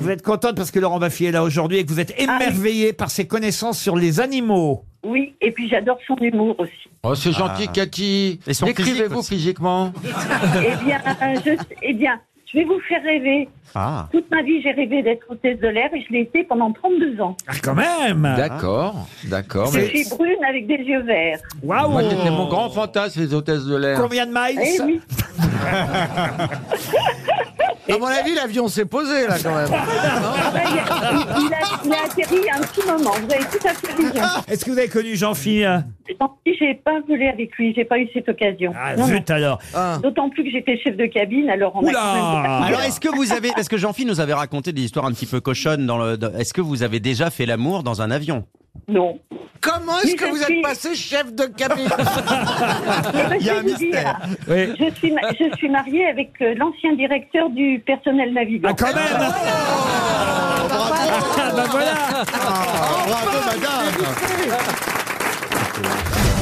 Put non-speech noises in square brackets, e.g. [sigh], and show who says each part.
Speaker 1: vous êtes contente parce que Laurent Baffy est là aujourd'hui et que vous
Speaker 2: Ah
Speaker 1: êtes émerveillée par ses connaissances sur les animaux.
Speaker 2: Oui, et puis j'adore son humour aussi.
Speaker 3: Oh, c'est gentil, Cathy.
Speaker 4: Ah. Et son
Speaker 3: Décrivez-vous physiquement.
Speaker 2: Eh bien, euh, je, eh bien, je vais vous faire rêver.
Speaker 4: Ah.
Speaker 2: Toute ma vie, j'ai rêvé d'être hôtesse de l'air et je l'ai été pendant 32 ans.
Speaker 1: Ah, quand même
Speaker 3: D'accord, d'accord.
Speaker 2: Je
Speaker 3: mais-
Speaker 2: suis brune avec des yeux verts.
Speaker 3: Moi,
Speaker 1: Waouh
Speaker 3: c'était mon grand fantasme, les hôtesses de l'air.
Speaker 1: Combien de miles
Speaker 2: Eh oui,
Speaker 4: À mon avis, l'avion s'est posé là quand même. [laughs]
Speaker 2: ah bah, il, a, il- il a- il a atterri il y a un petit moment. Vous avez tout à fait raison.
Speaker 1: Est-ce que vous avez connu Jean-Phi euh
Speaker 2: Tant pis, j'ai pas volé avec lui, j'ai pas eu cette occasion.
Speaker 1: Ah,
Speaker 2: Non, non.
Speaker 1: zut alors
Speaker 3: Hein.
Speaker 2: D'autant plus que j'étais chef de cabine, alors on
Speaker 1: Oula
Speaker 2: a
Speaker 5: Alors, est-ce que vous avez, parce que Jean-Philippe nous avait raconté des histoires un petit peu cochonnes dans le, dans- est-ce que vous avez déjà fait l'amour dans un avion
Speaker 1: [laughs]
Speaker 2: Non.
Speaker 4: Comment
Speaker 2: Mais
Speaker 4: est-ce que
Speaker 2: je
Speaker 4: vous
Speaker 2: suis-
Speaker 4: êtes passé chef de [laughs] cabine
Speaker 2: Eh ben, je vais vous dire,
Speaker 1: Oui.
Speaker 2: je, suis, ma- je suis mariée avec euh, l'ancien directeur du personnel navigant.
Speaker 1: Ah, quand même Ah, bah voilà
Speaker 3: [laughs]
Speaker 4: Bravo, madame